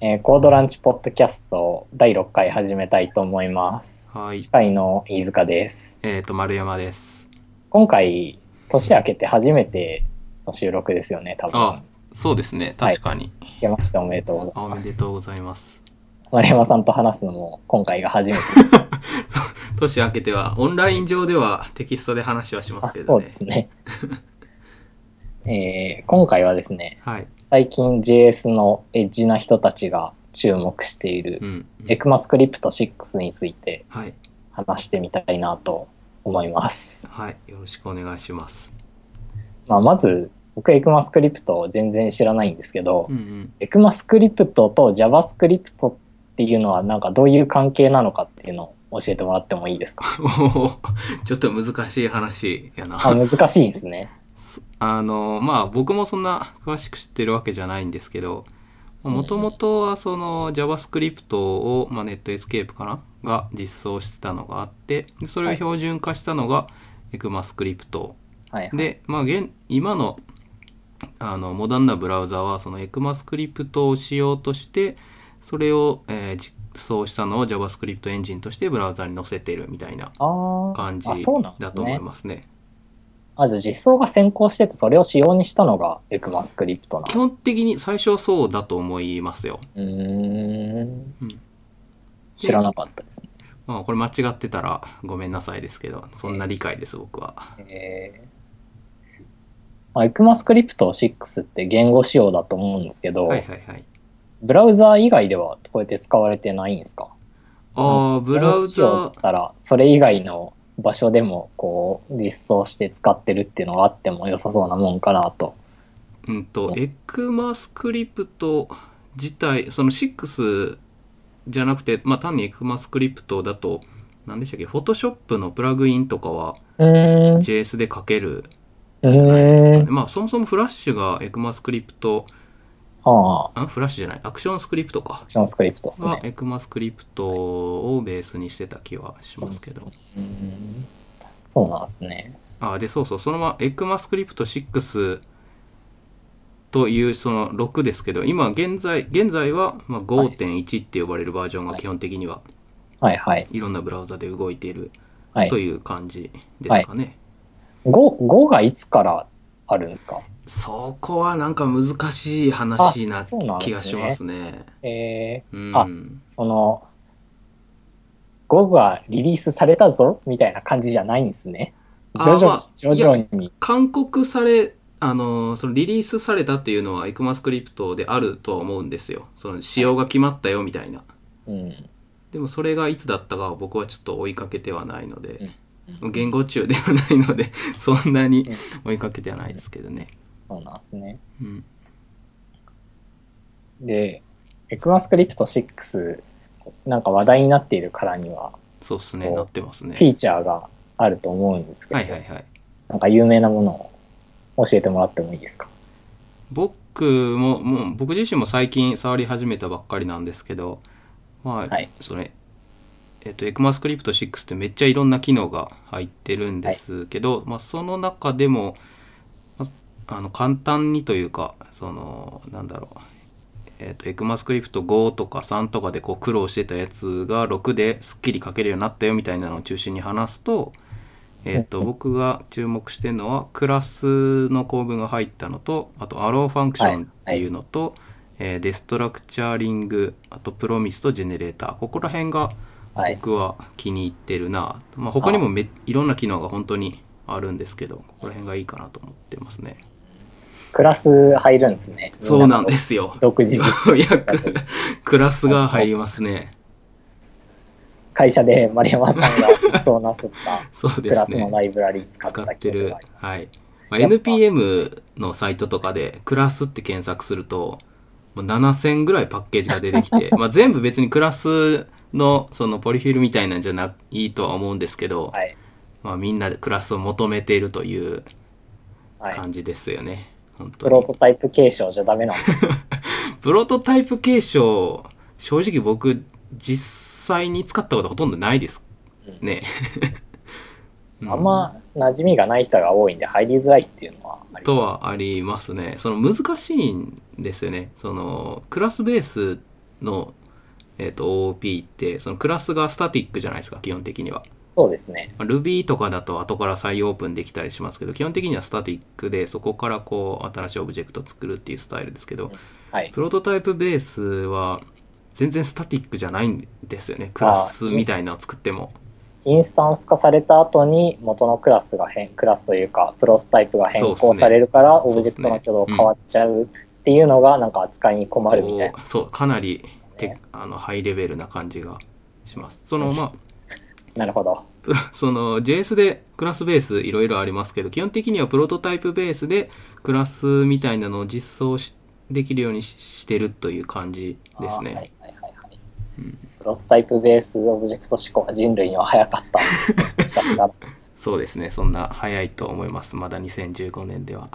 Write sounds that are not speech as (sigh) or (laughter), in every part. えーコードランチポッドキャストを第6回始めたいと思います。はい。司会の飯塚です。えっ、と、丸山です。今回、年明けて初めての収録ですよね、多あ分。、そうですね。はい確かに。明けましておめでとうござあいおま。めですとうございます。 (laughs) 丸山さんと話すのも今回が初めて年明けては、オンライン上ではテキストで話はしますけあそどうねで。すね。えー今回はですね、はい。最近 JS のエッジな人たちが注目しているうんうん。エクマスクリプト6についてはい。話してみたいなと思います。はい。よろしくお願いします。まあ、まず、僕、エクマスクリプトを全然知らないんですけど、うんうん。エクマスクリプトと JavaScript っていうのは、なんかどういう関係なのかっていうのを教えてもらってもいいです (laughs) か (laughs) おおちょっと難しい話やな。あ難しいですね。そあのまあ僕もそんな詳しく知ってるわけじゃないんですけどもともとはその JavaScript を、まあ、NetEscape かなが実装してたのがあってでそれを標準化したのが ECMAScript はい。で、まあ、現今のあのモダンなブラウザはその ECMAScript を使用としてそれを、えー実装したのを JavaScript エンジンとしてブラウザに載せてるみたいなあー感じあそうなんでだすと思いね。ますね。あ、じゃあ実装が先行してて、それを仕様にしたのがエクマスクリプトなん基です本的に最初はそうだと思いますよ。うーんうん。知らなかったですね。まあこれ間違ってたらごめんなさいですけどそんな理解です僕は。えーまあ、エクマスクリプト6って言語仕様だと思うんですけど、はいはいはい。ブラウザー以外ではこうやって使われてないんですかああブラウ言語仕様ザだったら、それ以外の場所でもこう実装して使ってるっていうのがあっても良さそうなもんかなと。うんとエクマスクリプト自体その6じゃなくてまあ単にエクマスクリプトだと何でしたっけフォトショップのプラグインとかはうーん。う JS で書けるじゃないですかーね。ん。まあそもそもフラッシュがエクマスクリプトああ、あフラッシュじゃないアクションスクリプトかアクションスクリプトですはね。エクマスクリプトをベースにしてた気はしますけど。うーんそうなんですね。あでそうそうそのままエクマスクリプト6というその6ですけど今現在現在はまあ5.1って呼ばれるバージョンが基本的にははいはい。いろんなブラウザで動いているはいと。いう感じですかね、 5、5がいつからあるんですかそこはなんか難しい話なあそうなんですね気がしますねえうんあー、その、5がリリースされたぞみたいな感じじゃないんですね。徐々に、あまあ徐々に。勧告されあのそのリリースされたっていうのはエクマスクリプトであるとは思うんですよその仕様が決まったよみたいなうん。でもそれがいつだったかは僕はちょっと追いかけてはないので、うん言語中ではないので (laughs) そんなにうん追いかけてはないですけどね。そうなんですね。うん、で、エクマスクリプト6、なんか話題になっているからには、そうですねおなってますねフ。ィーチャーがあると思うんですけど、はいはいはい。なんか有名なものを教えてもらってもいいですか僕ももう僕自身も最近触り始めたばっかりなんですけど、まあはいそれえっとエクマスクリプト6ってめっちゃいろんな機能が入ってるんですけど、まあその中でもまあの簡単にというかそのなんだろうえっとエクマスクリプト5とか3とかでこう苦労してたやつが6ですっきり書けるようになったよみたいなのを中心に話すと,、えっと僕が注目してるのはクラスの構文が入ったのとあとアローファンクションっていうのと、えーデストラクチャーリングあとプロミスとジェネレーターここら辺がはい。僕は気に入ってるな、まあ、他にもめいろんな機能が本当にあるんですけどここら辺がいいかなと思ってますね。クラス入るんですね。。そうなんですす (laughs) よ。独自実ようや (laughs) くクラスが入りますね。会社で丸山さんがそうなすったそうク (laughs) でラすスのね。ライブラリー使っ使たって記憶るがあり。はい。まあ、やっぱ NPM のサイトとかで、クラスって検索すると、もう7000ぐらいパッケージが出て (laughs) きて、まあ全部別にクラスのそのポリフィルみたいなんじゃないとは思うんですけど、はい。まあみんなでクラスを求めているというはい。感じですよね。本当プにロトタイプ継承じゃダメなんですね。プロトタイプ継承、正直僕、実際に使ったことほとんどないです (laughs) ね。うあんま馴染みがない人が多いんで入りづらいっていうのはありとはありますね。その難しいんですよね。そのクラスベースの、えっと OOP ってそのクラスがスタティックじゃないですか基本的には。そうですね。まあ Ruby とかだと後から再オープンできたりしますけど基本的にはスタティックでそこからこう新しいオブジェクトを作るっていうスタイルですけどはい。プロトタイプベースは全然スタティックじゃないんですよねクラスみたいなのを作っても。インスタンス化された後に元のクラスが変、クラスというか、プロスタイプが変そうっ更すねされるから、そうオっすねブジェクトの挙動変わっちゃうっていうのが、なんか扱いに困るみたいな。こうそうかなりて、ねあのハイレベルな感じがしますそのまあなるほど。プロ (laughs) その JS でクラスベースいろいろありますけど基本的にはプロトタイプベースでクラスみたいなのを実装しできるようにししてるという感じであーすはねいはいはいはいうんプロスタイプベースオブジェクト思考は人類には早かった。 (laughs) もしかしたら。そうですねそんな早いと思いますまだ2015年では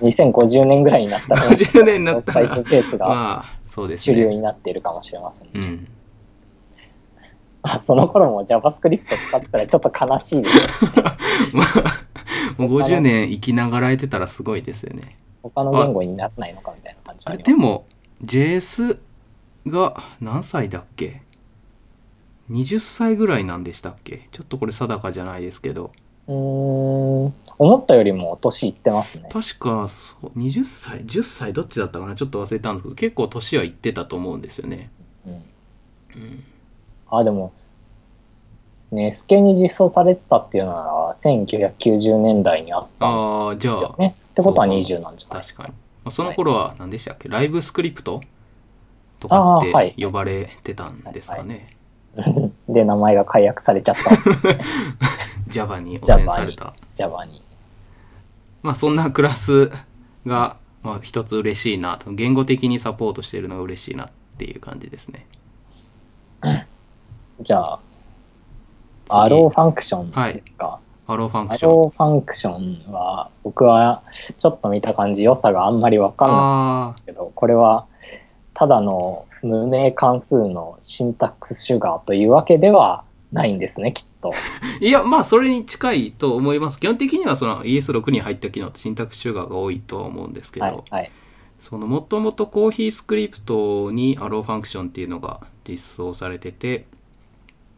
2050年ぐらいになったら、 50年になったらプロスタイプベースがまあそうです主流ねになっているかもしれませんね。うん (laughs) あその頃も JavaScript 使ってたらちょっと悲しいですね。まあもう50年生きながらえてたらすごいですよね他の言語にならないのかみたいな感じあはあれりますでも JS が何歳だっけ20歳ぐらいなんでしたっけちょっとこれ定かじゃないですけどうーん思ったよりも年いってますね。確かそう20歳10歳どっちだったかなちょっと忘れたんですけど結構年はいってたと思うんですよねうん、うんあでも、ネスケに実装されてたっていうのは1990年代にあったんああじでゃすよあね。ってことは20なんじゃないです確か。かにまあその頃は何でしたっけライブスクリプトとかっあーはてい呼ばれてたんですかねで、名前が解約されちゃったん (laughs) です Java に汚染された Java に。まあそんなクラスが、まあ、一つ嬉しいなと言語的にサポートしているのが嬉しいなっていう感じですね。じゃ次あ、アローファンクションですか。アローファンアクション。ローファンクションは、僕はちょっと見た感じ、良さがあんまりわかんなかったあですけど、これはただの無名関数のシンタックスシュガーというわけではないんですね、きっと。あいやまあそれに近いと思います。基本的にはその ES6 に入った機能ってシンタクスシュガーが多いとは思うんですけど、はい、はい。そのもともとコーヒースクリプトにアローファンクションっていうのが実装されてて、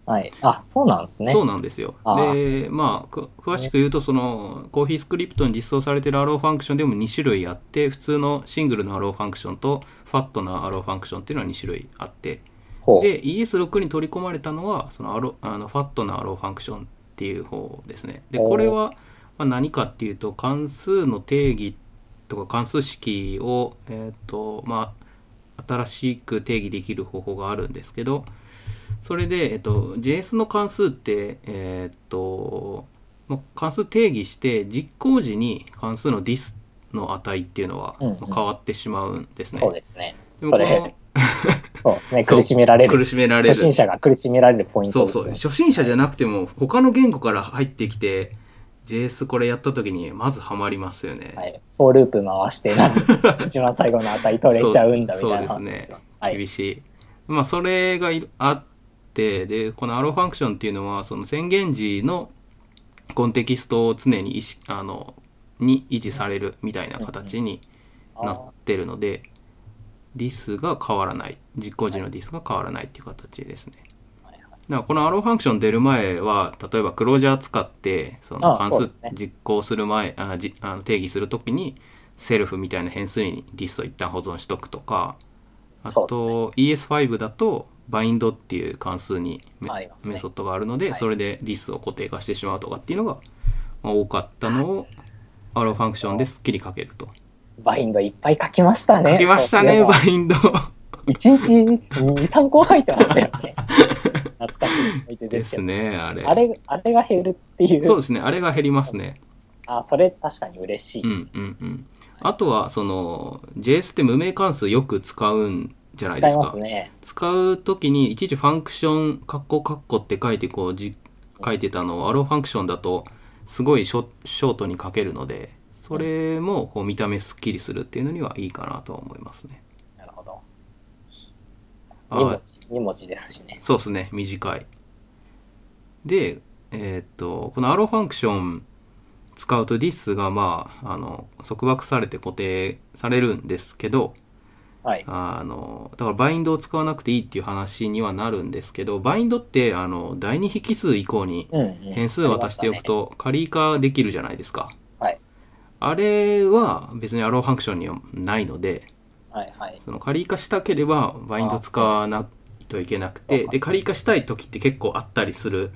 はい。あ、そうなんですね。そううなんですよあーでまあく詳しく言うとそのコーヒースクリプトに実装されてるアローファンクションでも2種類あって普通のシングルのアローファンクションとファットなアローファンクションっていうのは2種類あってほうで ES6 に取り込まれたのはそのアロあのファットなアローファンクションっていう方ですねでおーこれはまあ何かっていうと関数の定義とか関数式をえっ、とまあ新しく定義できる方法があるんですけどそれで、えっと、JS の関数って、えっと、まあ関数定義して実行時に関数の dis の値っていうのはうんうんまあ変わってしまうんですね。そうですね。でもそこれのそうですね。そう苦しめられ苦る。しめられる初心者が苦しめられるポインそトうです、そうね。初心者じゃなくても他の言語から入ってきて JS これやった時にまずハマりますよね、はい。フォーループ回して、なん (laughs) か一番最後の値取れちゃうんだみたいな話。そうそうですねはい厳しい、まあそれがいるあってでこのアローファンクションっていうのはその宣言時のコンテキストを常に意識あのに維持されるみたいな形になってるので、this が変わらない実行時の this が変わらないっていう形ですね、はいはだからこのアローファンクション出る前は例えばクロージャー使ってそのあ関そう数ですね実行する前あ、じあの定義するときにセルフみたいな変数に dis を一旦保存しとくとかあそと ES5 だとバインドっていう関数にメ,、ありますねソッドがあるので、はいそれで dis を固定化してしまうとかっていうのが、まあ多かったのをアローファンクションですっきり書けると。バインドいっぱい書きましたね。書きましたねそういえばバインド。一日2、3個書いてましたよね。懐かしい思い出でですけすど。ねあれあれ、あれが減るっていう。そうですねあれが減りますね。あ、それ確かに嬉しい。うんうんうん。あとは、その、JS って無名関数よく使うんじゃない使でいすまかす。ね。使うときに、いちいちファンクション、カッコカッコって書いて、こう、じ書いてたのを、アローファンクションだと、すごいショショートに書けるので、それも、こう、見た目すっきりするっていうのにはいいかなとは思いますね。なるほど。あ2文字、二文字ですしね。そうですね、短い。で、えーっと、このアローファンクション使うと dis が、まあ、あの、束縛されて固定されるんですけど、はい。あのだからバインドを使わなくていいっていう話にはなるんですけどバインドってあの第2引数以降にうんうん変数を渡しておく。と仮化できるじゃないですか。はいあれは別にアローファンクションにはないのでありましたねはいはい。その仮化したければバインド使わないといけなくそうてかで仮化したい時って結構あったりする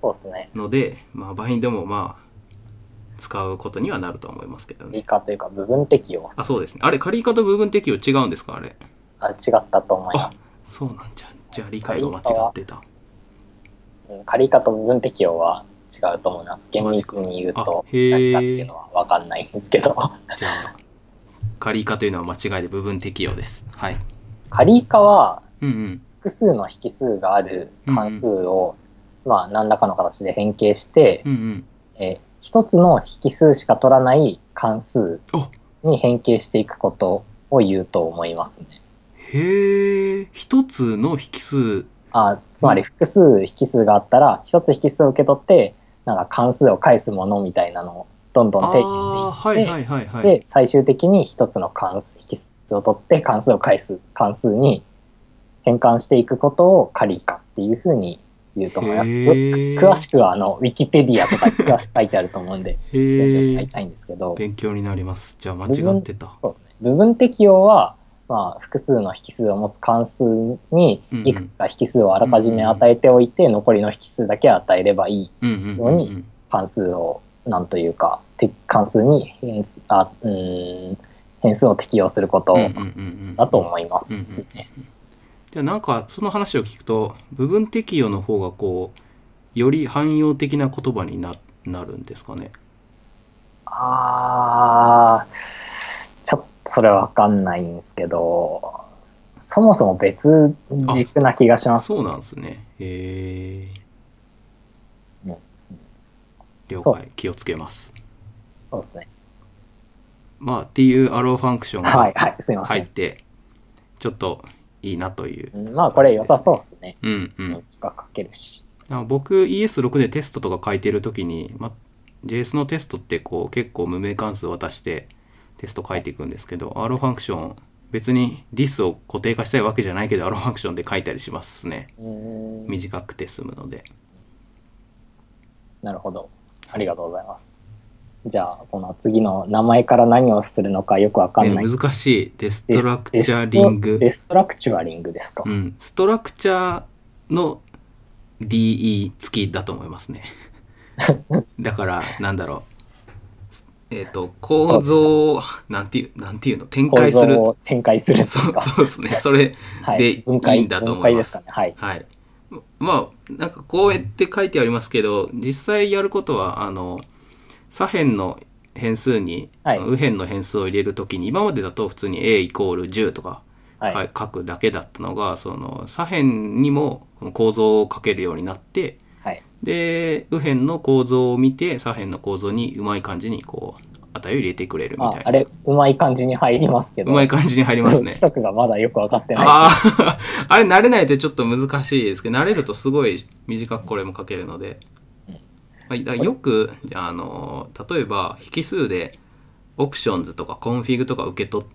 そうですね。ので、まあ、バインドもまあ使うことにはなるとは思いますけどね。理科というか部分適用。あそうですね。あれ仮化と部分適用違うんですかあれ。あ違ったと思います。そうなんじゃじゃあ理解が間違ってた。うん仮化と部分適用は違うと思います。厳密に言うとマジかあ、へ何ーかっていうのは分かんないんですけど。 (laughs) じゃあ、仮化というのは間違いで部分適用です。はい。仮化はうんうん。複数の引数がある関数を、まあ何らかの形で変形して、うんうん。えー一つの引数しか取らない関数あに変形していくことを言うと思いますね。へえ、一つの引数。あつまり複数引数があったら一つ引数を受け取ってなんか関数を返すものみたいなのをどんどん定義あーしてはいいって、はいはいはい。で最終的に一つの関数引数を取って関数を返す関数に変換していくことを仮化っていうふうに言うと思います。へえ詳しくはあのウィキペディアとかに詳しく書いてあると思うんでへ書えい、たいんですけど、勉強になります。じゃあ間違ってた。そうですね。部分適用は、まあ、複数の引数を持つ関数にうんうんいくつか引数をあらかじめ与えておいて、残りの引数だけ与えればいいうんうんうんうん。関数をなんというかて関数に変数あうーん変数を適用することうんうんうんうんだと思いますね。うんじゃあなんかその話を聞くと部分適用の方がこうより汎用的な言葉にななるんですかね。あーちょっとそれわかんないんですけどそもそも別軸な気がしますそうなんですね。へうんうえん。了そうっ解。気をつけます。そうですね。まあっていうアローファンクションはいがはいすいませ入っん。てちょっといいなという。うんまあこれ良さそうですね。うんうん。時間かけるし。あ僕 ES6 でテストとか書いてるときに、ま、JS のテストってこう結構無名関数渡してテスト書いていくんですけど R ファンクション別に this を固定化したいわけじゃないけど R ファンクションで書いたりしますねうーん短くて済むのでなるほど。ありがとうございます。じゃあ、この次の名前から何をするのかよくわかんない。ね難しいデスデトスラクチャリングデストラクチュアリングですか。うんストラクチャーの DE 付きだと思いま (laughs) すねだからなんだろうえっ、と構造をなんていうなんていうの展構開す造るを展開するんですそうか。そうです (laughs) ね。それ、はいで分解いいんだと思います分解ですかね。はい。はい。まあ、なんかこうやって書いてありますけど、実際やることは、あの、左辺の変数に、はいその右辺の変数を入れるときに、今までだと普通に A イコール10とかはい。か書くだけだったのが、その左辺にもこの構造を書けるようになって、はいで、右辺の構造を見て、左辺の構造にうまい感じにこう、値を入れてくれるみあたいあな。れ、うまい感じに入りますけど。うまい感じに入りますね規。則がまだよくわかってない。ああ、 (laughs) あれ慣れないとちょっと難しいですけど、慣れるとすごい短くこれも書けるので。まあだからよく、じゃああの、例えば引数でオプションズとかコンフィグとか受け取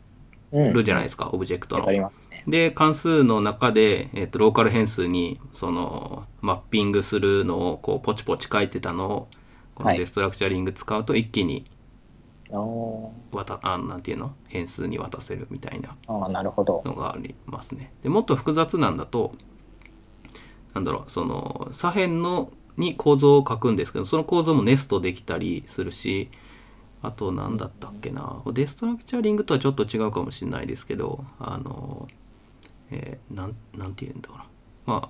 うん。るじゃないですか、オブジェクトわかの。りますね。で、関数の中で、えっとローカル変数にそのマッピングするのをこうポチポチ書いてたのを、このはいデストラクチャリング使うと一気におー渡、あなんていうの変数に渡せるみたいな。ああ、なるほど。のがありますね。でもっと複雑なんだとなんだろうその左辺のに構造を書くんですけどその構造もネストできたりするしあと何だったっけなデストラクチャリングとはちょっと違うかもしれないですけどあの、えーなんなんて言うんだろうなまあ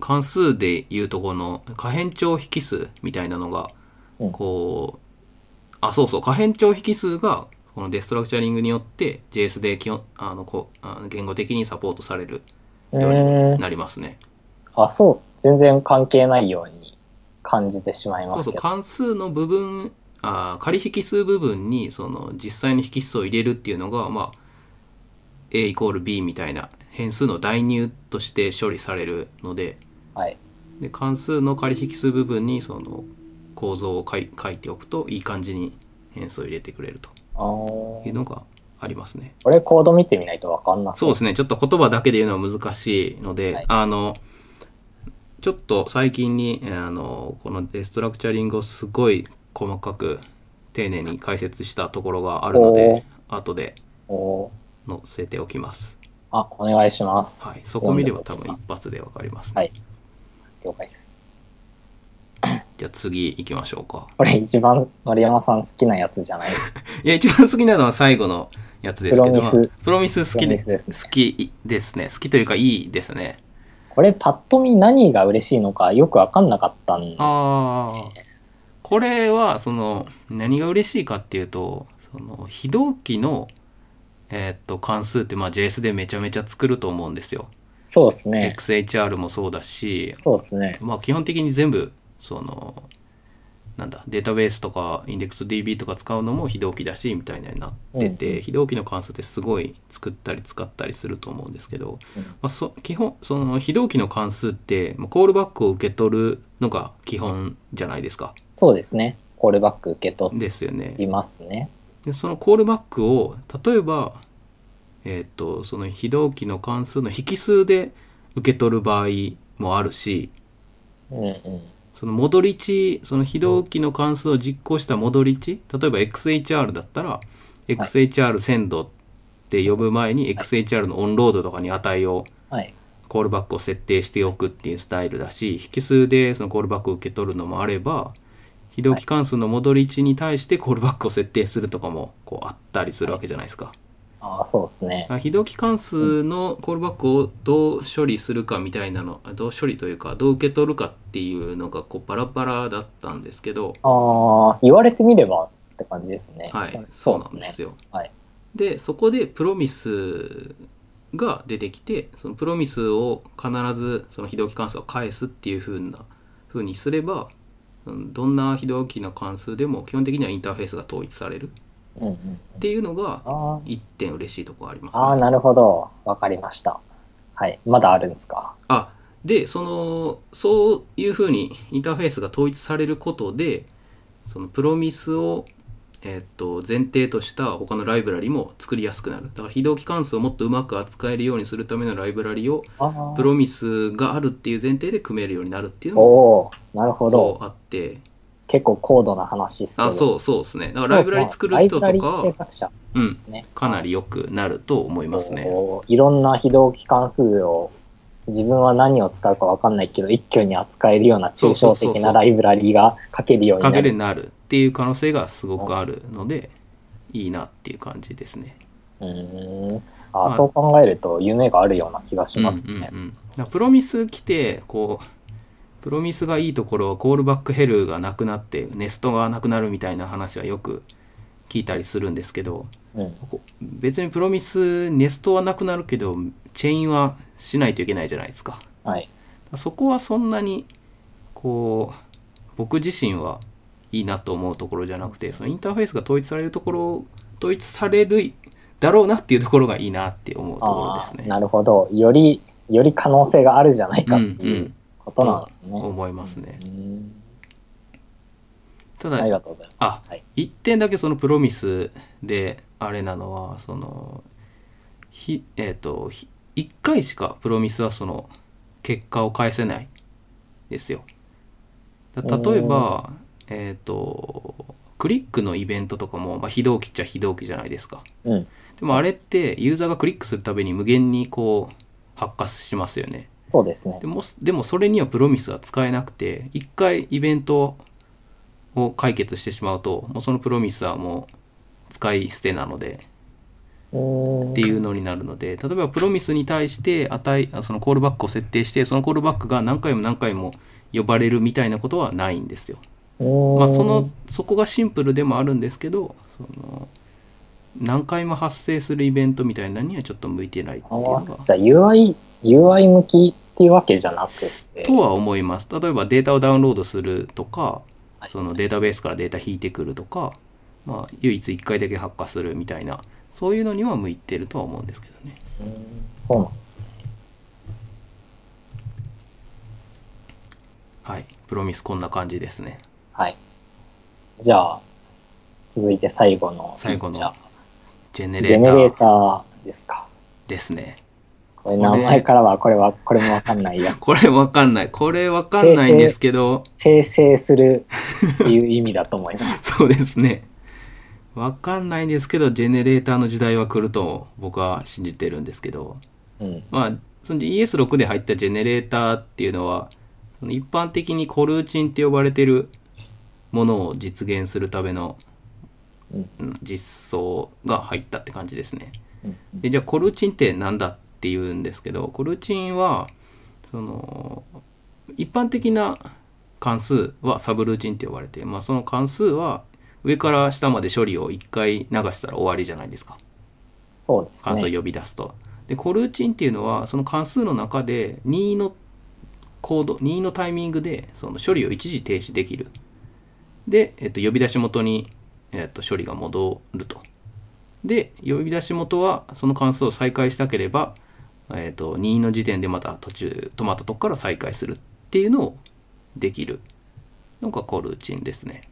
関数でいうとこの可変長引数みたいなのがうんこう、あそうそう可変長引数がこのデストラクチャリングによって JS で基本あのこうあの言語的にサポートされるうようーにん。なりますね。あ、そう。全然関係ないように感じてしまいそまうすそうけど。関数の部分あ仮引数部分にその実際の引数を入れるっていうのが、まあ、a イコール b みたいな変数の代入として処理されるのではい。で関数の仮引数部分にその構造を書い書いておくといい感じに変数を入れてくれるとあーいうのがありますね。これコード見てみないとわかんなそうですね。ちょっと言葉だけで言うのは難しいので、はいあの、ちょっと最近に、あの、このデストラクチャリングをすごい細かく丁寧に解説したところがあるので、後でおー載せておきます。あ、お願いします。はい。そこ見れば多分一発でわかりますね。はい了解です。じゃあ次行きましょうか。これ一番丸山さん好きなやつじゃないですか。いや、一番好きなのは最後のやつですけど、プロミスまあプロミ (laughs) ス好プきでロミスですね好きですね。好きというかいいですね。これパッと見何が嬉しいのかよくわかんなかったんです。ああこれはその何が嬉しいかっていうとその非同期の、えーっと関数ってまあ JS でめちゃめちゃ作ると思うんですよ。そうですね。 XHR もそうだし、そうですね。まあ、基本的に全部そのなんだデータベースとかインデックス DB とか使うのも非同期だしみたいなになってて、うんうん非同期の関数ってすごい作ったり使ったりすると思うんですけど、うんまあ、そ基本その非同期の関数ってまあコールバックを受け取るのが基本じゃないですか。そうですね。コールバック受け取ですよね。りますね。でそのコールバックを例えば、えーっとその非同期の関数の引数で受け取る場合もあるし、うんうん。その戻り値その非同期の関数を実行した戻り値例えば XHR だったら XHR 先導って呼ぶ前に XHR のオンロードとかに値をはい。コールバックを設定しておくっていうスタイルだし引数でそのコールバックを受け取るのもあれば非同期関数の戻り値に対してコールバックを設定するとかもこうあったりするわけじゃないですか。ああ、そうですね。あ非同期関数のコールバックをどう処理するかみたいなのあどう処理というかどう受け取るかっていうのがこうバラバラだったんですけど、ああ、言われてみればって感じですね。はい、そそううでなすんでね。すよ。はいでそこでプロミスが出てきてそのプロミスを必ずその非同期関数を返すっていうふうな風にすればうんどんな非同期の関数でも基本的にはインターフェースが統一されるっうんうん。ていうのがあー一点嬉しいところあります、ね。あー、なるほど。わかりました。はい。まだあるんですか。あでそのそういうふうにインターフェースが統一されることでそのプロミスを、えっと前提とした他のライブラリも作りやすくなるだから非同期関数をもっとうまく扱えるようにするためのライブラリをああプロミスがあるっていう前提で組めるようになるっていうのもおお、なるほこど。うあって結構高度な話ですけど。あう。そうそうですねだからライブラリ作る人ライとブかラはリ制作者うでんすね。かなり良くなると思いますねこういろんな非同期関数を自分は何を使うかわかんないけど一挙に扱えるような抽象そうそう的そうそなうライブラリが書けるようにかなけるよる。うになるっていう可能性がすごくあるのでいいなっていう感じですねうーんあ、まあそう考えると夢があるような気がしますね。うんうんうん、だからプロミス来てこうプロミスがいいところはコールバックヘルがなくなってネストがなくなるみたいな話はよく聞いたりするんですけどうんこう別にプロミスネストはなくなるけどチェインはしないといけないじゃないですかはい。そこはそんなにこう僕自身はいいなと思うところじゃなくてそのインターフェースが統一されるところ統一されるだろうなっていうところがいいなって思うところあですあね。なるほど。より、より可能性があるじゃないかっていうことなんですね。思いますねう。んたあだりがとうございます。あ、はい一点だけそのプロミスであれなのはそのひえっ、とひ一回しかプロミスはその結果を返せないですよ。だ例えばえっ、とクリックのイベントとかも、まあ、非同期っちゃ非同期じゃないですか。うん。でもあれってユーザーがクリックするたびに無限にこう発火しますよね。そうですねで。もでもそれにはプロミスは使えなくて一回イベントを解決してしまうともうそのプロミスはもう使い捨てなのでうーんっていうのになるので例えばプロミスに対して値あそのコールバックを設定してそのコールバックが何回も何回も呼ばれるみたいなことはないんですよ。うーんまあ、そのそこがシンプルでもあるんですけどその何回も発生するイベントみたいなのにはちょっと向いてないっていうのがじゃあ UI、UI 向きっていうわけじゃなくて。とは思います例えばデータをダウンロードするとかはいそのデータベースからデータ引いてくるとか、まあ、唯一1回だけ発火するみたいなそういうのには向いてるとは思うんですけどねうんそうなんはいプロミスこんな感じですねはい。じゃあ、続いて最後の。最後のじゃあジェネジレェーネレーターターですか。ですね。これこれ名前からはこれはこれもわかんない (laughs) やつ。これわかんない。これわかんないんですけど、生成するっていう意味だと思い (laughs) ます。そうですね。わかんないんですけど、ジェネレーターの時代は来ると僕は信じてるんですけど、うん。まあ、その ES6 で入ったジェネレーターっていうのは、その一般的にコルーチンって呼ばれてるものを実現するためのうんうん実装が入ったって感じですね。うんでじゃあコルチンってなんだっていうんですけどコルチンはその一般的な関数はサブルーチンって呼ばれて、まあ、その関数は上から下まで処理を1回流したら終わりじゃないですかそうです関数をね。呼び出すと。でコルチンっていうのはその関数の中で任意のコード任意のタイミングでその処理を一時停止できる。で、えっと、呼び出し元に、えっと、処理が戻ると。で呼び出し元はその関数を再開したければ、えっと、任意の時点でまた途中止まったとこから再開するっていうのをできるのがコルチンですね。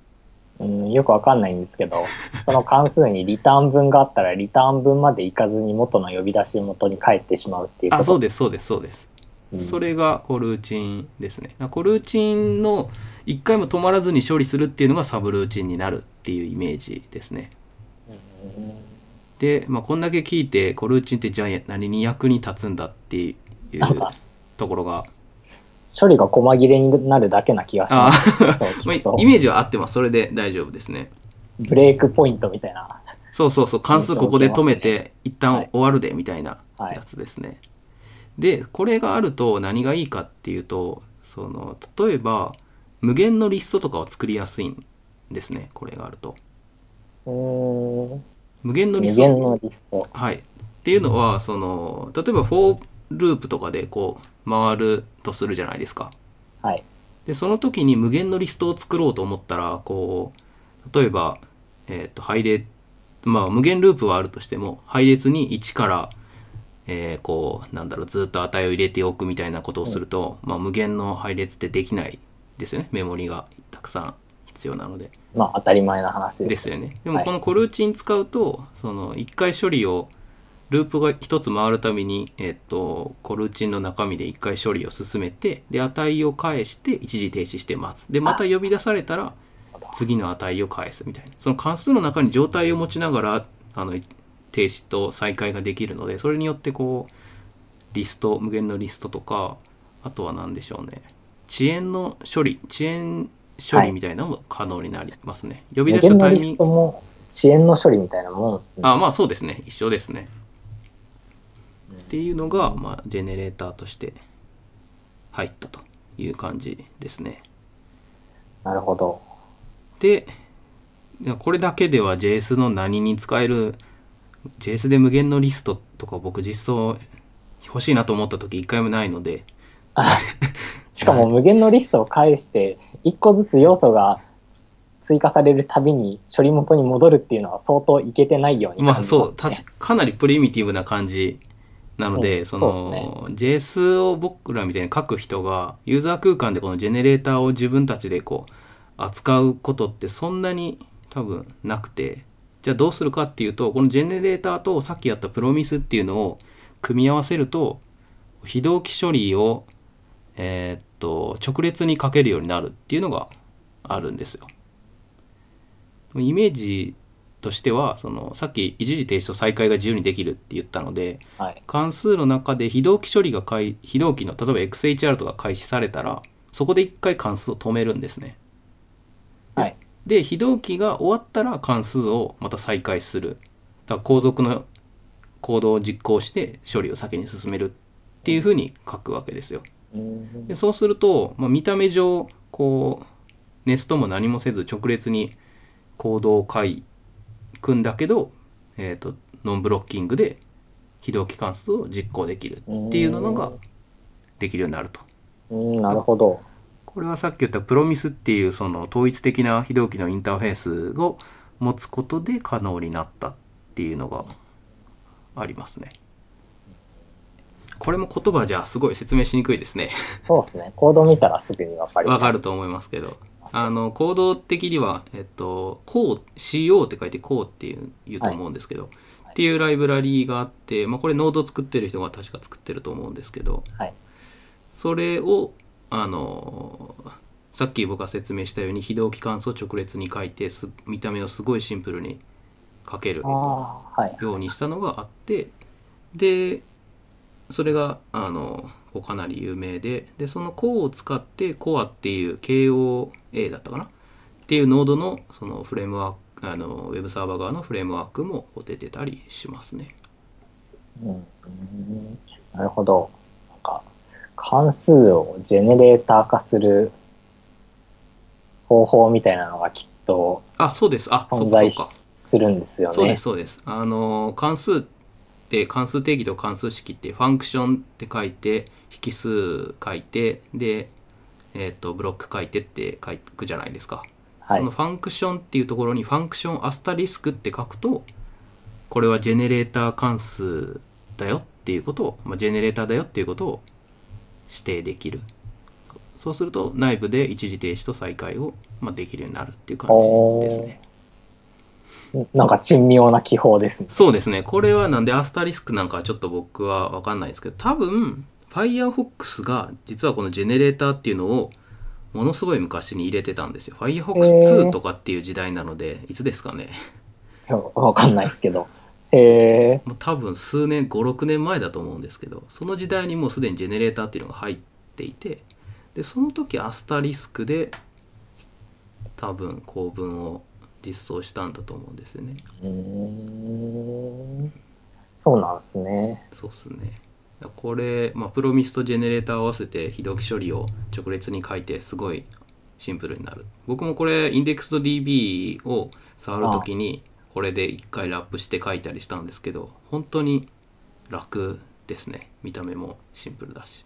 うん、よくわかんないんですけど、その関数にリターン分があったら、リターン分まで行かずに元の呼び出し元に帰ってしまうっていうこと。あそうでですそうですそうです。うんそれがコルーチンですね。コルーチンの一回も止まらずに処理するっていうのがサブルーチンになるっていうイメージですね。で、まあ、こんだけ聞いてコルーチンってじゃあ何に役に立つんだっていうなんかところが、処理が細切れになるだけな気がします。そうまあ、聞イくと。メージは合ってます。それで大丈夫ですね。ブレイクポイントみたいな。そうそうそう、関数ここで止めて、一は旦い終わるで、みたいなやつですね。で、これがあると何がいいかっていうと、その、例えば、無限のリストとかを作りやすいんですね、これがあると。うーん。無限のリ無スト。限のリスト。はい。っていうのは、その、例えば、フォーループとかでこう、回るとするじゃないですか。はい。でその時に無限のリストを作ろうと思ったらこう例えば、えー、と配列まあ無限ループはあるとしても配列に1から、えーこうなんだろうずっと値を入れておくみたいなことをすると、まあ、無限の配列ってできないですよねメモリがたくさん必要なので。まあ当たり前な話です。ですよね。でもはいこのコルーチン使うと、その1回処理をループが1つ回るために、えっと、コルーチンの中身で1回処理を進めて、で、値を返して一時停止して待つ。で、また呼び出されたら次の値を返すみたいな。その関数の中に状態を持ちながら、あの、停止と再開ができるので、それによってこう、リスト、無限のリストとか、あとは何でしょうね。遅延の処理、遅延処理みたいなのも可能になりますね。呼び無出し限ののタイリミンスグト。も遅延の処理みたいなもんですね。あまあそうですね一緒ですねっていうのが、まあ、ジェネレーターとして入ったという感じですねなるほど。でいやこれだけでは JS の何に使える JS で無限のリストとか僕実装欲しいなと思った時一回もないのでしかも無限のリストを返して、一個ずつ要素が追加されるたびに処理元に戻るっていうのは相当いけてないように感じままあす、ね。そう確かかなりプリミティブな感じなので、うんそそうの JS を僕らみたいに書く人がユーザー空間でこのジェネレーターを自分たちでこう扱うことってそんなに多分なくてじゃあどうするかっていうとこのジェネレーターとさっきやったプロミスっていうのを組み合わせると非同期処理をえーっと直列にかけるようになるっていうのがあるんですよ。イメージとしてはそのさっき一時停止と再開が自由にできるって言ったのではい。関数の中で非同期処理が開非同期の例えば XHR とか開始されたらそこで一回関数を止めるんですね。はい。で非同期が終わったら関数をまた再開するだから後続の行動を実行して処理を先に進めるっていうふうに書くわけですよ。うんでそうすると、まあ、見た目上こうネストも何もせず直列に行動を書いくんだけど、えー、とノンブロッキングで非同期関数を実行できるっていうのができるようになると。うん、なるほど。これはさっき言ったプロミスっていうその統一的な非同期のインターフェースを持つことで可能になったっていうのがありますね。これも言葉じゃすごい説明しにくいですね。そうですね。コード見たらすぐにわかりまわす。かると思いますけどあの行動的には、えっと、こう CO って書いてこうっていう言うと思うんですけど、はいっていうライブラリーがあって、まあ、これノード作ってる人が確か作ってると思うんですけどはい。それをあのさっき僕が説明したように非同期関数を直列に書いてす見た目をすごいシンプルに書けるああ、はい。ようにしたのがあってでそれがあのこうかなり有名ででそのコを使ってコアっていう KOA だったかなっていうノードのそのフレームワークあのウェブサーバー側のフレームワークも出てたりしますね。うん、なるほど。なんか、関数をジェネレーター化する方法みたいなのがきっとあそうですあそ存っかそっ在か。しするんですよね。そうですそうですあの関数って関数定義と関数式ってファンクションって書いて引数書いてで、えっとブロック書いてって書くじゃないですか、はいその。ファンクションっていうところにファンクションアスタリスクって書くとこれはジェネレーター関数だよっていうことを、まあ、ジェネレーターだよっていうことを指定できるそうすると内部で一時停止と再開を、まあ、できるようになるっていう感じですねなんか珍妙な記法ですね。そうですね。これはなんでアスタリスクなんかはちょっと僕はわかんないですけど、多分 Firefox が実はこのジェネレーターっていうのをものすごい昔に入れてたんですよ。へ Firefox2 ーとかっていう時代なので、いつですかね。いやわかんないですけど。へえ。もう多分数年、5、6年前だと思うんですけど、その時代にもうすでにジェネレーターっていうのが入っていて、で、その時アスタリスクで多分構文を実装したんだと思うんですよね。うーん。そうなんですね。そうっすねこれ、まあ、プロミスとジェネレーター合わせて非同期処理を直列に書いてすごいシンプルになる僕もこれ index.db を触るときにこれで一回ラップして書いたりしたんですけど本当に楽ですね見た目もシンプルだし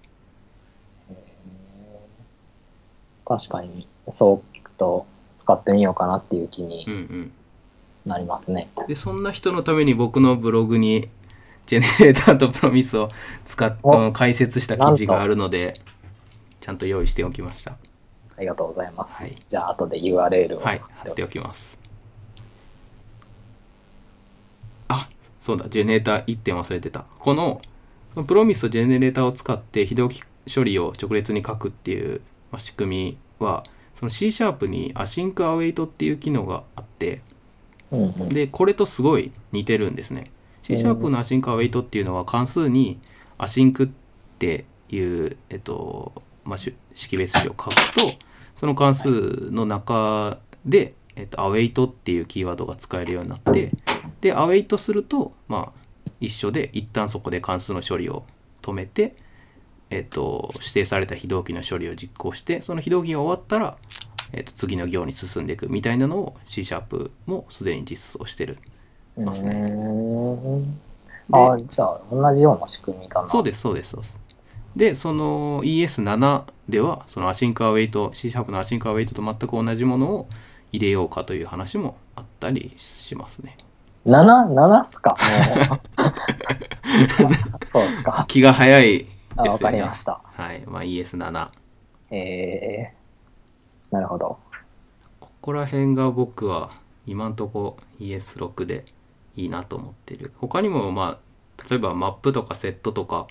確かに、そう聞くと使ってみようかなっていう気にうんうんなりますね。でそんな人のために僕のブログにジェネレーターとプロミスを使っお解説した記事があるのでちゃんと用意しておきましたありがとうございます。はいじゃあ、後で URL を貼はっい、てお貼きっておきます。あ、そうだ、ジェネレーター1点忘れてた。この、プロミスとジェネレーターを使って非同期処理を直列に書くっていうまあ仕組みは、その C シャープにアシンクアウェイトっていう機能があって、うんうんで、これとすごい似てるんですね。C シャープのアシンクアウェイトっていうのは関数にアシンクっていう、えっと、まあ、し識別値を書くと、その関数の中で、えっと、アウェイトっていうキーワードが使えるようになって、で、アウェイトすると、まあ、一緒で、一旦そこで関数の処理を止めて、えっと、指定された非同期の処理を実行して、その非同期が終わったら、えっと、次の行に進んでいくみたいなのを C シャープもすでに実装してる。うますねーんであじゃあ同じような仕組みだな。そうですそうですそうですでその ES7 ではそのアシンクアウェイト C シャープのアシンクアウェイトと全く同じものを入れようかという話もあったりしますね7、7っすかもうそうですか。気が早いですあよねわかりました。はい、まあ、ES7 えー、なるほど。ここら辺が僕は今んとこ ES6 でいいなと思ってる他にもまあ例えばマップとかセットとか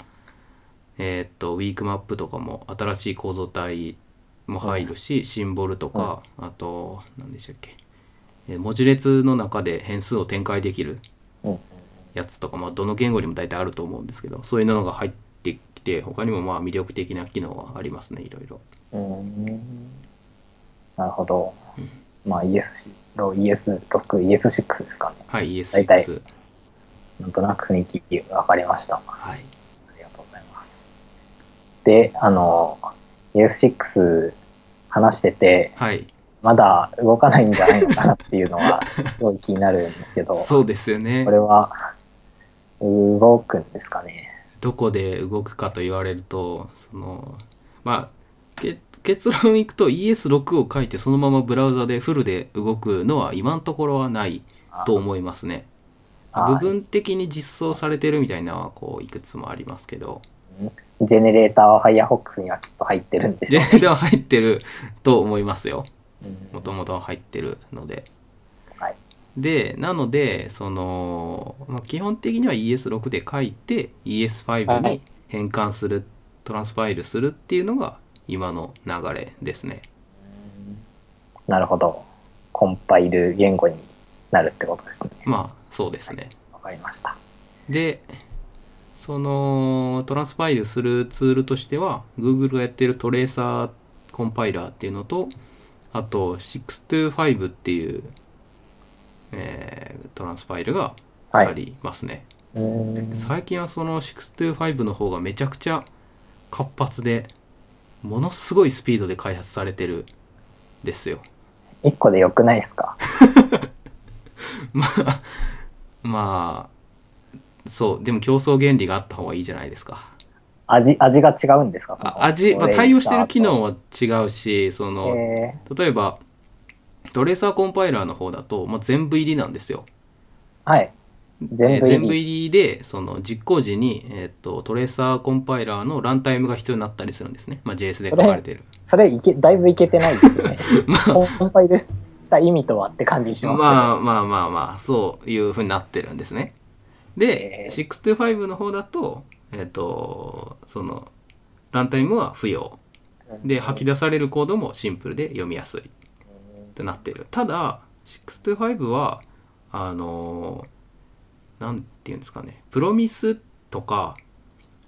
えーっとウィークマップとかも新しい構造体も入るし、シンボルとか、あと何でしたっけ、えー文字列の中で変数を展開できるうんうんやつとか、まあ、どの言語にも大体あると思うんですけどそういうのが入ってきて他にもまあ魅力的な機能はありますねいろいろ。うーんなるほど。まあ ES6、ES6、ES6 ですかね。はい大体 ES6。なんとなく雰囲気分かりました。あはいりがとうございます。で、あの、ES6 話してて、はいまだ動かないんじゃないのかなっていうの (laughs) は、すごい気になるんですけど、こそうですよね。れは、動くんですかね。どこで動くかと言われるとそのまあけ結論いくと ES6 を書いてそのままブラウザでフルで動くのは今のところはないと思いますねあ部分的に実装されてるみたいなのはこういくつもありますけどジェネレーターは Firefox にはきっと入ってるんでしょう JS では入ってると思いますようんもともとは入ってるので、はいでなのでその、まあ、基本的には ES6 で書いては ES5 いに変換する、トランスファイルするっていうのが今の流れですね。なるほど。コンパイル言語になるってことですね。まあそうですね。わかりました。でそのトランスファイルするツールとしては Google がやってるトレーサーコンパイラーっていうのとあと625っていう、えートランスファイルがはいあ。りますね、うーん最近はその625の方がめちゃくちゃ活発でものすごいスピードで開発されてるんですよ (laughs) 一個でよくないですかまあまあそうでも競争原理があった方がいいじゃないですか味、味が違うんですかそあの味、まトあ、レーサーと対応してる機能は違うしそえのー例えばトレーサーコンパイラーの方だと、まあ、全部入りなんですよ。はい。全部えー入全部り。入りでその実行時に、えーっとトレーサーコンパイラーのランタイムが必要になったりするんですね、まあ、JS で書かれてる。それいけ、だいぶいけてないですよね。 (laughs) まあコンパイルした意味とはって感じしますね。まあまあまあまあそういうふうになってるんですねでえ625の方だとえっ、とそのランタイムは不要で吐き出されるコードもシンプルで読みやすいってなってるただ625はあのなんていうんですかねプロミスとか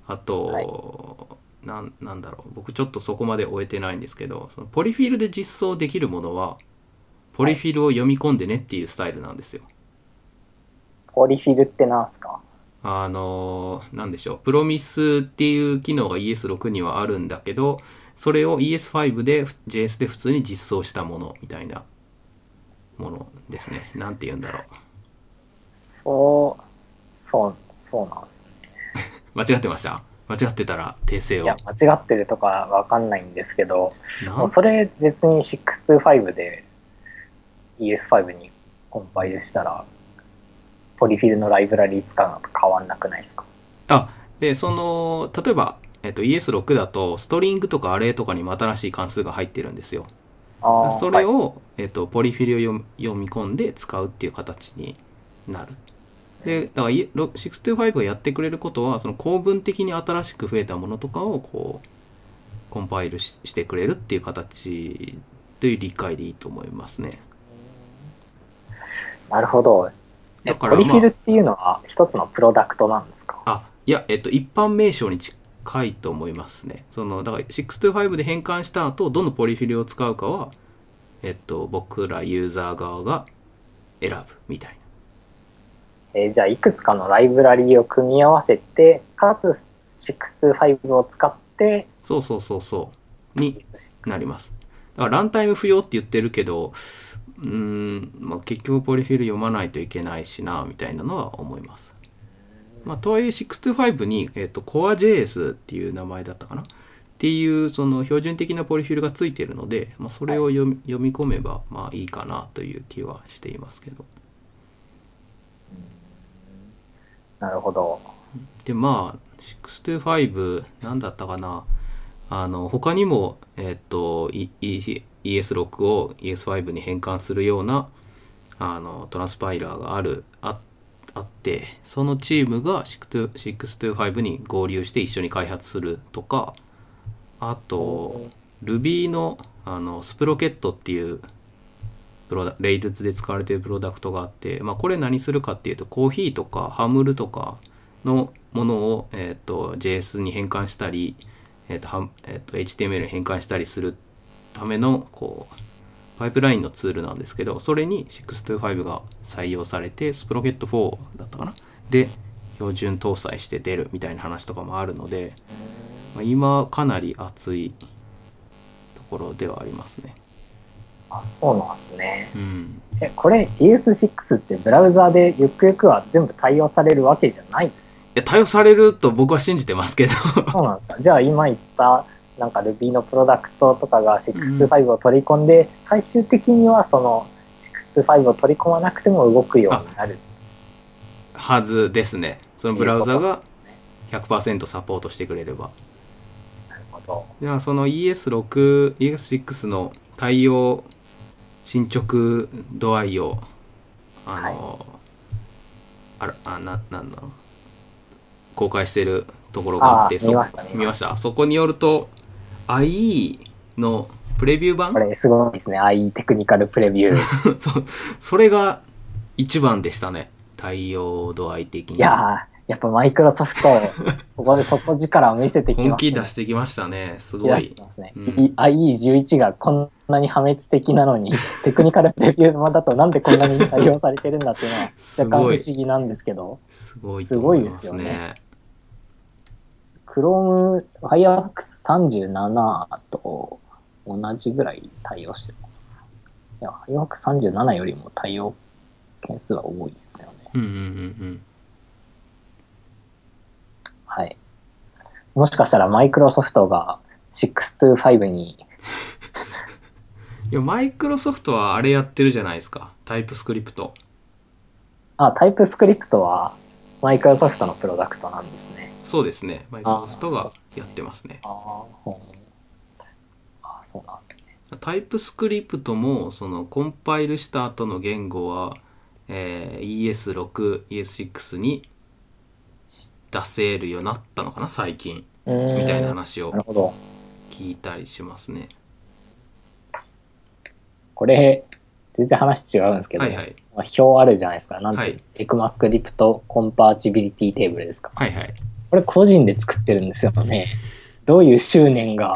あと、なんなんだろう僕ちょっとそこまで終えてないんですけどそのポリフィルで実装できるものはポリフィルを読み込んでねっていうスタイルなんですよ。ポリフィルってなんすかあのーなんでしょう、プロミスっていう機能が ES6 にはあるんだけど、それを ES5 で、ふ JS で普通に実装したものみたいなものですね。なんて言うんだろう。そう、そう、そうなんですね。間違ってました間違ってたら訂正いを。や、間違ってるとかわかんないんですけど、なもうんそれ別に625で ES5 にコンパイルしたら、ポリフィルのライブラリ使うのと変わんなくないですかあ、で、その、例えば、えっと、ES6 だと、ストリングとかアレイとかにも新しい関数が入ってるんですよ。あーそれはいを、えっと、ポリフィルを読み読み込んで使うっていう形になる。で、だからいろ625がやってくれることは、その構文的に新しく増えたものとかをこう、コンパイルししてくれるっていう形という理解でいいと思いますね。なるほど。だかポら、リフまィルっあ、ていうのは一つのプロダクトなんですかあ、いや、えっと、一般名称に近いと思いますね。その、だから625で変換した後、どのポリフィルを使うかは、えっと、僕らユーザー側が選ぶみたいな。えーじゃあいくつかのライブラリを組み合わせて、かつ625を使って、そうそうそうそう。になります。だからランタイム不要って言ってるけど、うーん、まあ、結局ポリフィル読まないといけないしな、みたいなのは思います。まあ、とはいえ625に、えっと CoreJS っていう名前だったかなっていうその標準的なポリフィルがついてるので、まあ、それを読み読み込めばまあいいかなという気はしていますけど。なるほど。でまあ625何だったかなあの他にもえっとい EC ES6 を ES5 に変換するようなあのトランスパイラーがあるああってそのチームが625に合流して一緒に開発するとかあと Ruby のあのスプロケットっていうプロダレイルズで使われているプロダクトがあって、まあ、これ何するかっていうとコーヒーとかハムルとかのものを、えー、と JS に変換したり、えーとはんえー、と HTML に変換したりするためのこうパイプラインのツールなんですけどそれに625が採用されてスプロケット4だったかなで標準搭載して出るみたいな話とかもあるので、まあ、今かなり熱いところではありますね。あ、そうなんですね。うんえ、これ ES6 ってブラウザーでゆくゆくは全部対応されるわけじゃ (laughs) ないいや、対応されると僕は信じてますけど。そうなんですか。じゃあ今言った、なんか Ruby のプロダクトとかが625を取り込んで、最終的にはその625を取り込まなくても動くようになる。はずですね。そのブラウザがという100%サポートしてくれれば。なるほど。じゃあ、その ES6、ES6 の対応進捗度合いをあの、あらあななんだろう公開してるところがあってあーそ見ました見見まましたそこによると IE のプレビュー版これすごいですね。IE テクニカルプレビュー。い (laughs) そそれが一番でしたね対応度合い的にやー、やっぱマイクロソ (laughs) フト、ここで底力を見せてきます、ね。本気出してきましたねすいごらっいしゃいますね。ううんん、IE11 がこんなに破滅的なの (laughs) に、テクニカルプレビュー版だとなんでこんなに採用されてるんだっていうのは、す若干不ごい思議なんですけど、すごいと思いますすごいですよね Chrome、Firefox37 と同じぐらい対応してる。いや、Firefox37 よりも対応件数は多いですよね。うんうんうんうんはい。もしかしたらマイクロソフトが6 to 5に、いやマイクロソフトはあれやってるじゃないですかタイプスクリプトあ、タイプスクリプトはマイクロソフトのプロダクトなんですね。そうですねマイクロソフトあーそがうですねやってますねああ、うんあーそうなんですね。タイプスクリプトもそのコンパイルした後の言語は、えー ES6、ES6 に出せるようになったのかな最近みたいなな。話をなるほど。聞いたりしますね。これ、全然話違うんですけど、はいはいまあ、表あるじゃないですか。なんて、はいエクマスクリプトコンパーチビリティテーブルですか。はいはい。これ個人で作ってるんですよね。どういう執念 (laughs) が。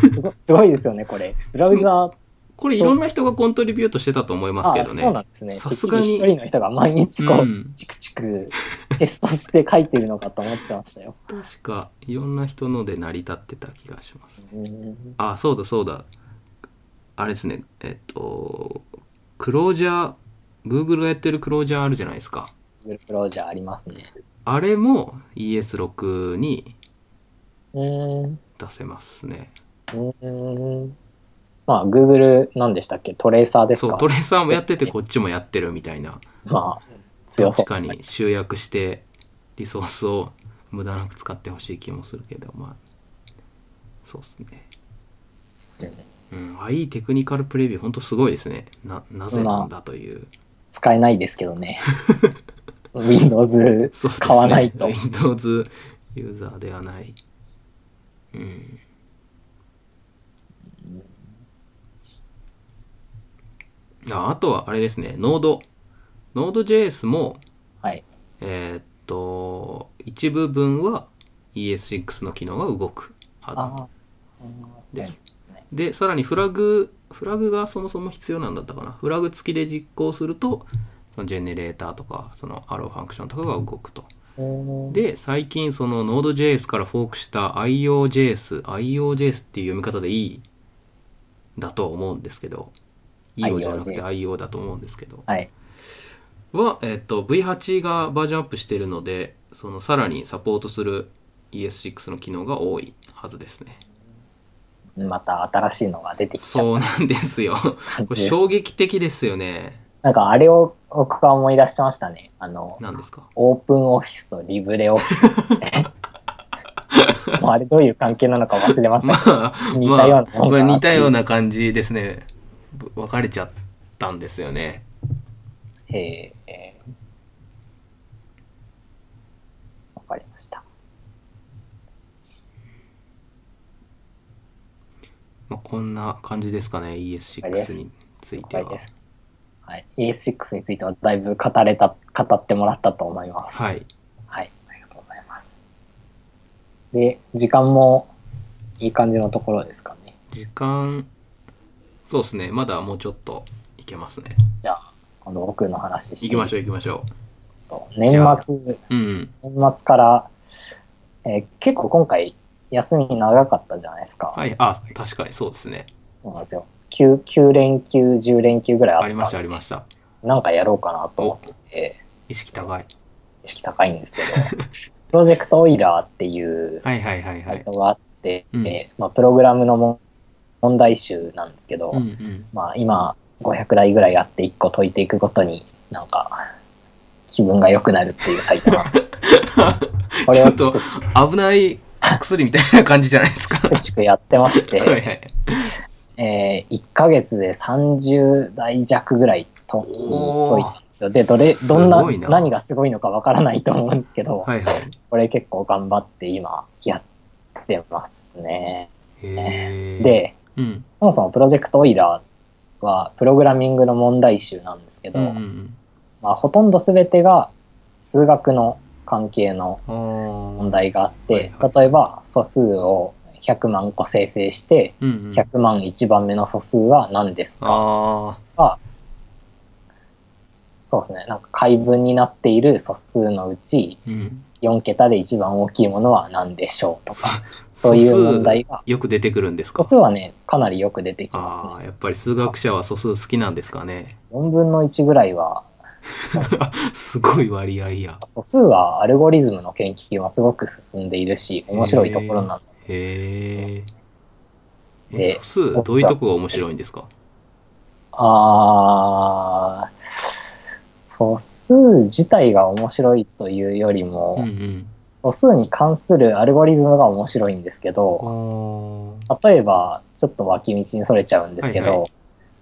すごすごいですよね、これ。ブラウザーこれいろんな人がコントリビュートしてたと思いますけどあそうなね。んですね。さすがに一人の人が毎日こう、うんチクチクテストして書いてるのかと思ってましたよ。確かいろんな人ので成り立ってた気がします。うんあ、そうだそうだ。あれですね。えっと、クロージャー、Google がやってるクロージャーあるじゃないですか。 Google クロージャーありますね。あれも ES6 にうーん。出せますね。うーん。まあ、Google 何でしたっけトレーサーですそかう、トレーサーもやっててこっちもやってるみたいな。まあ、ど強っそちう。かに集約してリソースを無駄なく使ってほしい気もするけど、まあ、そうですね。うんうん、あいいテクニカルプレビュー、ほんとすごいですね。な、なぜなんだという。使えないですけどね。Windows そうですね。買わないと Windows ユーザーではない。うん。ああとはあれですね、ノード。ノード JS も、はい。えーっと、一部分は ES6 の機能が動くはあーずです。で、さらにフラグ、フラグがそもそも必要なんだったかな。フラグ付きで実行すると、そのジェネレーターとか、そのアローファンクションとかが動くと。うんで、最近その Node.js からフォークした IOJS、IOJS っていう読み方でいいだと思うんですけど、IO じゃなくて IO だと思うんですけど、はい。は、えっと、V8 がバージョンアップしているので、そのさらにサポートする ES6 の機能が多いはずですね。また新しいのが出てきちゃうそうなんで (laughs) すよ。感こじでれす。衝撃的ですよね。なんかあれを僕は思い出してましたね。あの、何ですかオープンオフィスとリブレオフィ (laughs) ス。 (laughs) もうあれどういう関係なのか忘れましたまけど。あ、 (laughs) 似たようなまあまあ似たような感じですね。ぶ分かれちゃったんですよね。えーえーわかりました。まあ、こんな感じですかね、ES6 につい了て解はで。す。はい。ES6 についてはだいぶ語れた、語ってもらったと思います。。はいい。はい。ありがとうございます。で、時間もいい感じのところですかね。時間、そうですね、まだもうちょっといけますね。じゃあ、今度僕の話して行きましょう、う。行きましょ年じゃあ末、う。うん。年末から、えー結構今回休み長かったじゃないですか。はい、あ、確かにそうですね。そうなんですよ。9, 9連休、10連休ぐらいあったありました、ありました。なんかやろうかなと思って、意識高い。意識高いんですけど、プロジェクトオイラーっていうはいはいはいはサイいト。があって、うんえーまあ、プログラムのも問題集なんですけど、うんうん。まあ今500台ぐらいあって1個解いていくごとになんか気分が良くなるっていうサイ (laughs) トなんです。これをチクチ危ない薬みたいな感じじゃないですか。クチクやってましはいはて、い。えー、1ヶ月で30台弱ぐらいとお解ーいたんですよ。で、どれ、どんすなごいな何がすごいのかわからないと思うんですけど、はいはい。これ結構頑張って今やってますね。へー、で、うん、そもそもプロジェクトオイラーはプログラミングの問題集なんですけうど、んうんまあ、ほとんど全てが数学の関係のうん。問題があって、はいはい例えば素数を100万個生成して、うんうん、 100万1番目の素数は何ですかあそうですね。なんか解分になっている素数のうち、ー、うん、 4桁で一番大きいものは何でしょうとか、そういう (laughs) 素数問題がよく出てくるんです素か数はね、かなりよく出てきあますあね。やっぱり数学者は素数好きなんですかね (laughs) 4分の1ぐらいは、すごい割合や素数はアルゴリズムの研究はすごく進んでいるし、面白いところなんでへーえで素数どういうとこが面白いんですかあー素数自体が面白いというよりも、うんうん素数に関するアルゴリズムが面白いんですけあど、ー例えば、ちょっと脇道にそれちゃうんですけど、はいは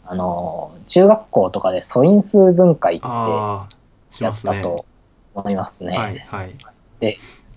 あの、中学校とかで素因数分解ってやあーしまっすたねと思いますね。はいはい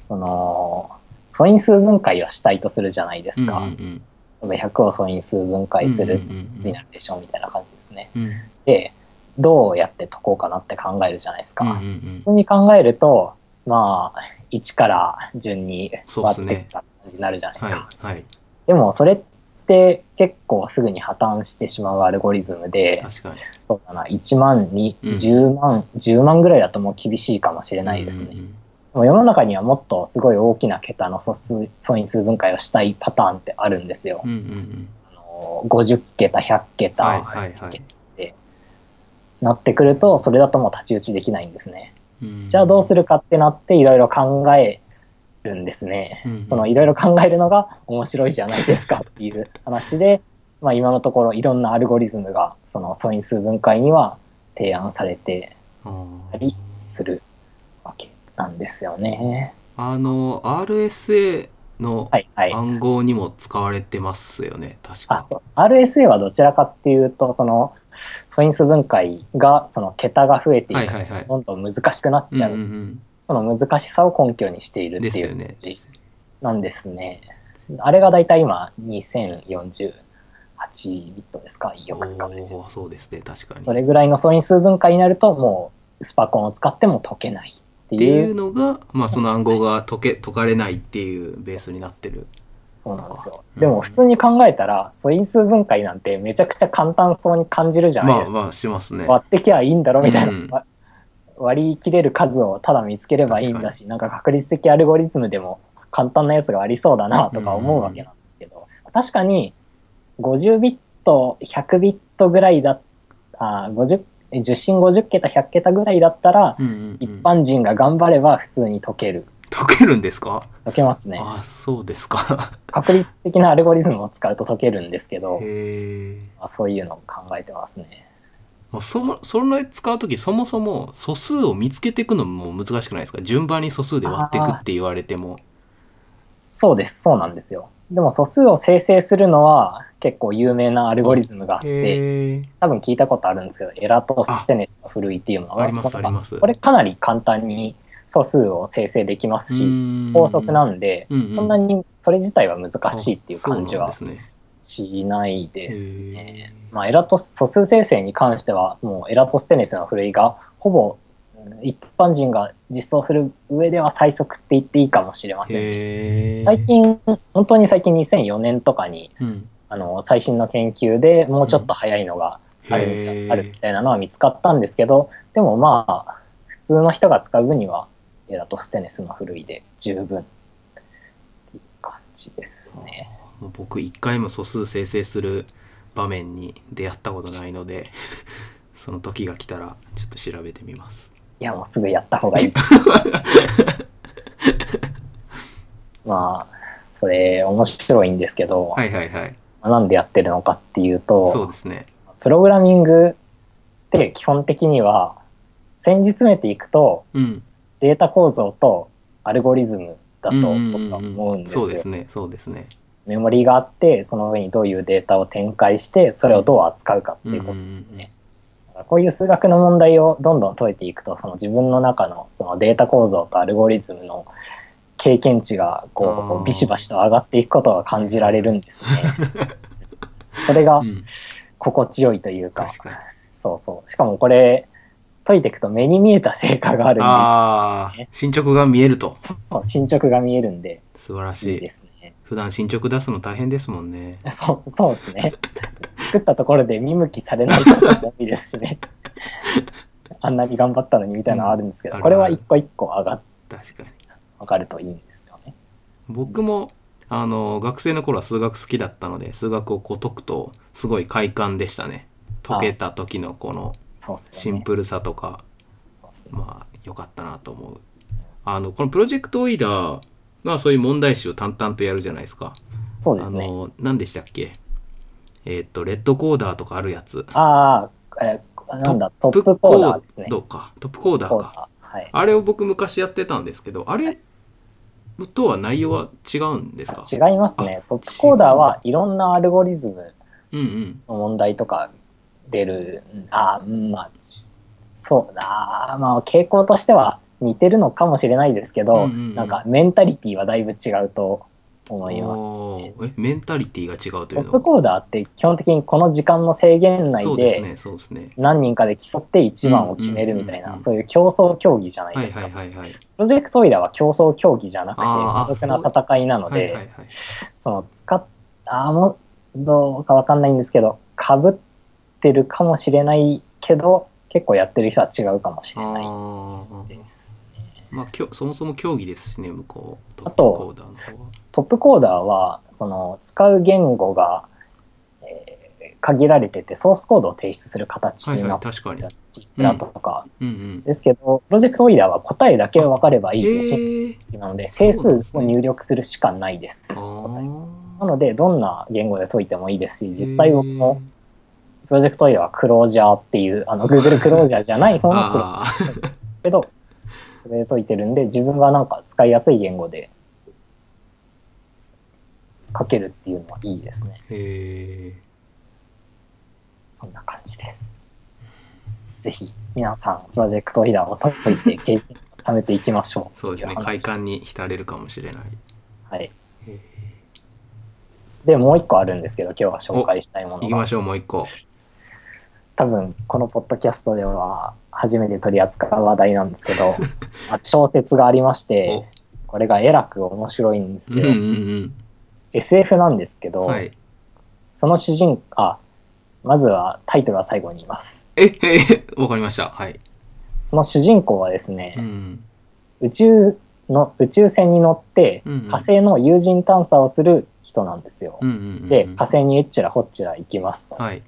その、素因数分解を主体とするじゃないですか。うん例えば100を素因数分解するうんうんうんうんになるでしょうみたいな感じですね。うんうんで、どうやって解こうかなって考えるじゃないですか。うんうんうん普通に考えると、まあ、1から順にそうっす割ねっていく感じになるじゃないですはか。いはいでも、それって結構すぐに破綻してしまうアルゴリズムで、確かにそうだな、1万に、うん10万、10万ぐらいだともう厳しいかもしれないですね。うんうんうんでも世の中にはもっとすごい大きな桁の素数、素因数分解をしたいパターンってあるんですよ。うんうんうんあの50桁、100桁、はいはいはいなってくると、それだともう太刀打ちできないんですね。うんじゃあどうするかってなっていろいろ考えるんですね。うんそのいろいろ考えるのが面白いじゃないですかっていう話で、まあ今のところいろんなアルゴリズムがその素因数分解には提案されてあたーりするわけなんですよね。あの RSA のはいはい。暗号にも使われてますよね確あかそう RSA はどちらかっていうと、その素因数分解がその桁が増えていはくいはいはいどんどん難しくなっちゃう、うんうんその難しさを根拠にしているうっんてですいようね感じなんですね。あれがだいたい今2048ビットですかよく使われてるおーそうですね確かにそれぐらいの素因数分解になるともうスパコンを使っても解けないってっていいううのが、まあ、その暗号が解け解かれないっていうベースになってるそうなんですよ。うんでも普通に考えたら素因数分解なんてめちゃくちゃ簡単そうに感じるじゃないでますあか。まあしますね割ってきゃいいんだろみたいな、うんわ割り切れる数をただ見つければいいんだしなんか確率的アルゴリズムでも簡単なやつがありそうだなとか思うわけなんですけど、確かに50ビット100ビットぐらいだあー50え受信50桁100桁ぐらいだったらうんうんう一ん般人が頑張れば普通に解ける解けるんですか解けますねああそうですか確率的なアルゴリズムを使うと解けるんですけどへえまあそういうのを考えてますねもうそもそれ使う時そもそも素数を見つけていくのも難しくないですか順番に素数で割っていくって言われてもそうです、そうなんですよ。でも素数を生成するのは結構有名なアルゴリズムがあって、へえ多分聞いたことあるんですけど、エラトステネスの古いっていうのがありますありますこれかなり簡単に素数を生成できますし、高速なんんで、うんうんそんなにそれ自体は難しいっていう感じはそうなんですねしないですね。へーまあ、エラトス、素数生成に関しては、もうエラトステネスの古いが、ほぼうん一般人が実装する上では最速って言っていいかもしれませんね。へえ最近、本当に最近2004年とかに、うんあの、最新の研究でもうちょっと早いのがあるんじゃ、へーあるみたいなのは見つかったんですけど、でもまあ、普通の人が使うには、エラとステネスの古いで十分っていう感じですね。もう僕一回も素数生成する場面に出会ったことないので (laughs) その時が来たらちょっと調べてみますいや、もうすぐやった方がい (laughs) い。まあ、それ面白いんですけど、はいはいはいなんでやってるのかっていうと、そうですねプログラミングって基本的には、先日詰めていくと、うんデータ構造とアルゴリズムだとうん僕は思うんですよ。そうですねそうですねメモリがあって、その上にどういうデータを展開して、それをどう扱うかっていうことですね。からこういう数学の問題をどんどん解いていくとその自分の中のそのデータ構造とアルゴリズムの経験値がこあーうビシバシと上がっていくことが感じられるんですね。 (laughs) それがうん、心地よいというか、確かに。そうそうしかもこれ解いていくと目に見えた成果があるんでああ、進捗が見えると。そう進捗が見えるんで素晴らしいいいで。すね。普段進捗出すの大変ですもんね。そうそうですね。作ったところで見向きされないことも多いですしね。あんなに頑張ったのにみたいなのあるんですけど、うんあるこれあはる一個一個上がっ確かに。上がるといいんですよね。僕もあの学生の頃は数学好きだったので数学をこう解くとすごい快感でしたね解けた時のこのそうっすよね。シンプルさとか、そうっすねまあ良かったなと思うあのこのプロジェクトオイラーはそういう問題集を淡々とやるじゃないですかそうであすね。の何でしたっけえっ、とレッドコーダーとかあるやつああ、えーなんだ、トップコーダーですね。トップコードかトップコーダーコーかダー。はい。あれを僕昔やってたんですけどあれとは内容は違うんですか違いますね。トップコーダーはいろんなアルゴリズムうんうんの問題とか出る、うんあーうんまあ、ちそうだ、まあ傾向としては似てるのかもしれないですけど、うんうんうんなんかメンタリティはだいぶ違うと思いますおね。ーえメンタリティが違うといトうッのプコーダーって基本的にこの時間の制限そ内うですでねそうですね何人かで競って一番を決めるみたいうんうんうんなうんそういう競争競技じゃないはでいすか。はいはいはいプロジェクトイラーは競争競技じゃなくてあー孤独な戦いなのはいで、はいはいその使っあーもうどうかわかんないんですけどかぶってるかもしれないけど結構やってる人は違うかもしあれないーですまあきょそもそも競技ですしね向こうトッあプとコーダーの方はトップコーダーはその使う言語が、えー限られててソースコードを提出する形はいにはないって確かまにすよジップラとか、うんうんですけどプロジェクトオイラーは答えだけ分かればいいえっていうシンー、プルなのでそう整なんですね数を入力するしかないですあーなのでどんな言語で解いてもいいですし実際僕もえープロジェクト A はクロージャーっていう、あの、Google クロージャーじゃない方のクロージャーあーですけど、それで解いてるんで、自分がなんか使いやすい言語で書けるっていうのはいいですね。えそんな感じです。ぜひ、皆さん、プロジェクトイラーを解いて経験を貯めていきましょーう。そうですねとい話快。感に浸れるかもしれないはい。えーで、もう一個あるんですけど、今日は紹介したいもの行が。きましょうもう一個多分このポッドキャストでは初めて取り扱う話題なんですけ (laughs) どあ小説がありましておこれがえらく面白いんですうんよ、うん SF なんですけうど、んはいその主人あまずはタイトルは最後に言いますええわかりましたはいその主人公はですね、うん宇宙の宇宙船に乗ってうんうん火星の有人探査をする人なんですよ、うんうんうんうんで火星にえっちらほっちら行きますと、はい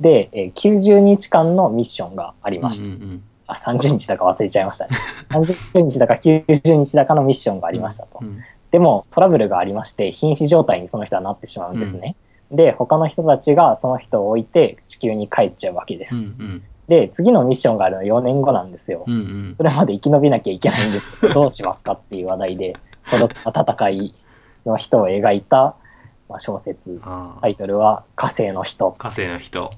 で、えー90日間のミッションがありました、うんうんうんあ、30日だか忘れちゃいましたね。30日だか90日だかのミッションがありましたとう。んでも、トラブルがありまして、瀕死状態にその人はなってしまうんですね。で、他の人たちがその人を置いて地球に帰っちゃうわけです。うんうんで、次のミッションがあるの4年後なんですよ。うんうんそれまで生き延びなきゃいけないんです (laughs) けど、どうしますかっていう話題で、孤独な戦いの人を描いた、まあ、小説。あタあイトルは火星の人。火星の人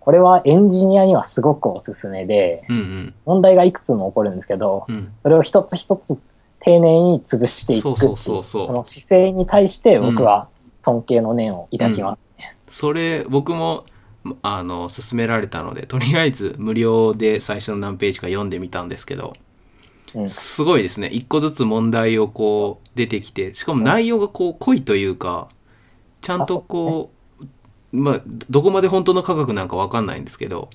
これはエンジニアにはすごくおすすめで、うんうん問題がいくつも起こるんですけど、うんそれを一つ一つ丁寧に潰していくそっうていそううそうそその姿勢に対して僕は尊敬の念を抱きますね。うそれ僕もあの勧められたのでとりあえず無料で最初の何ページか読んでみたんですけどうんすごいですね一個ずつ問題をこう出てきてしかも内容がこう濃いというかちゃんとこうまあどこまで本当の価格なんかわかんないんですけど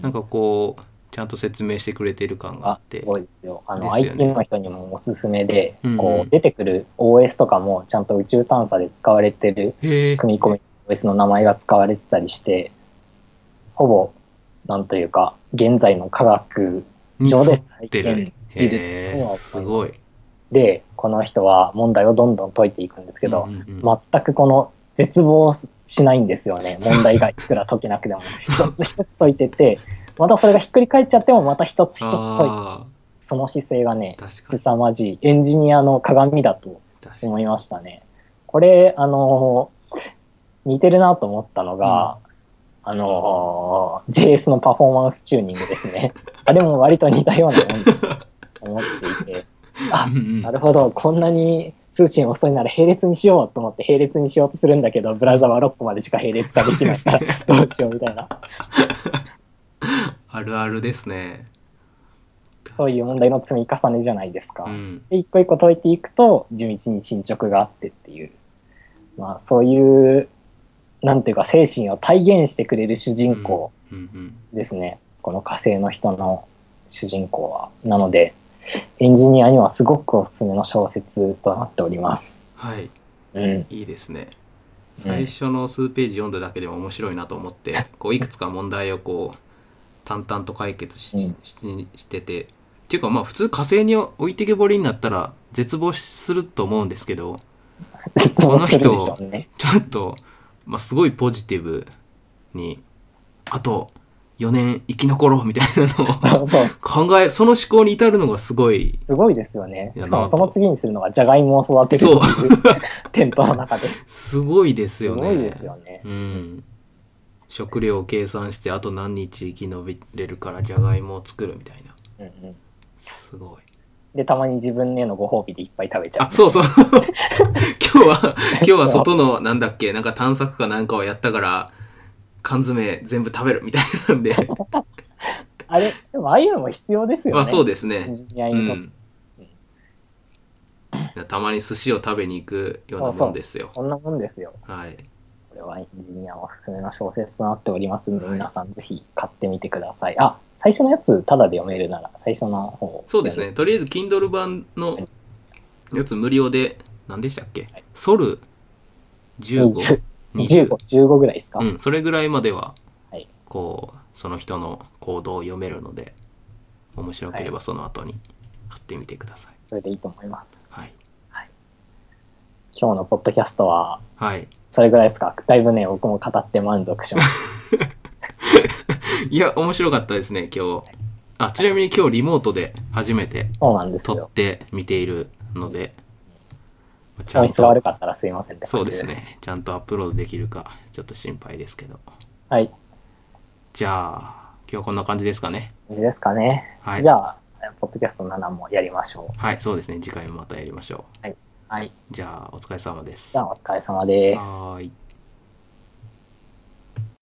なんかこうちゃんと説明してくれてる感がああってすごいですよ。あのですよ IT ねの人にもおすすめで、うんうんこう出てくる OS とかもちゃんと宇宙探査で使われてるへえ組み込み OS の名前が使われてたりして、ほぼなんというか現在の科学上で再てる現ね技術へとはえすごいでこの人は問題をどんどん解いていくんですけど、うんうんうん全くこの絶望しないんですよね問題がいくら解けなくても (laughs) そう一つ一つ解いててまたそれがひっくり返っちゃってもまた一つ一つ解いてあその姿勢がねー確かに凄まじいエンジニアの鏡だと確かに思いましたねこれあの似てるなと思ったのが、あのー JS のパフォーマンスチューニングです (laughs) ね。あれも割と似たようなもんだと思っていて、あうんうんなるほど、こんなに通信遅いなら並列にしようと思って並列にしようとするんだけど、ブラウザは6個までしか並列化できない (laughs) からどうしようみたいな、あるあるですね。そういう問題の積み重ねじゃないですか。うん。で一個一個解いていくと地道に進捗があってっていう、まあ、そういうなんていうか精神を体現してくれる主人公うんうんですね、この火星の人の主人公はなのでエンジニアにはすごくおすすめの小説となっておりますはい、うんいいですね。最初の数ページ読んだだけでも面白いなと思って、こういくつか問題をこう淡々と解決し,、うんししてて。っていうかまあ普通火星に置いてけぼりになったら絶望すると思うんですけど (laughs) その人でしょうねちゃんと、まあ、すごいポジティブにあと4年生き残ろうみたいなのそをうそう考えその思考に至るのがすごいすごいですよねいやしかなもんそとの次にするのがじゃがいもを育てるっていう (laughs) テントの中ですごいですすよね。ごいですよねうん、食料を計算してあと何日生き延びれるからじゃがいもを作るみたいなうんうんすごいでたまに自分へのご褒美でいっぱい食べちゃうあそうそう (laughs) 今日は (laughs) 今日は外のなんだっけなんか探索かなんかをやったから缶詰全部食べるみたいなん (laughs) であれ、でもああいうのも必要ですよね。まあそうでですエンねジニアうにとってんたまに寿司を食べに行くようなもんですよこんなもんですよ。はいこれはエンジニアおすすめの小説となっておりますので、はい皆さんぜひ買ってみてください。あ、最初のやつ、ただで読めるなら、最初の方をそう (laughs) ですね。とりあえず Kindle 版のやつ無料で何でしたっけソル15 15、15ぐらいですか、うん、それぐらいまでは、はいこうその人の行動を読めるので面白ければその後に買ってみてくださいそれでいいと思います。はい今日のポッドキャストは、はい、 (laughs) それぐらいですかだいぶね、僕も語って満足しました。い、や面白かったですね今日あちなみに今日リモートで初めてそうなんです撮よっ。て見ているのでちゃ音ん質が悪とかったらすいませんってそ感うじでです。す。ねちゃんとアップロードできるかちょっと心配ですけどはい。じゃあ今日はこんな感じですかね感じですかね。はいじゃあ、ポッドキャスト7もやりましょはいそうですね次回もまたやりましょう。はい。うじゃあお疲れ様ですじゃあ、お疲れ様です。はーい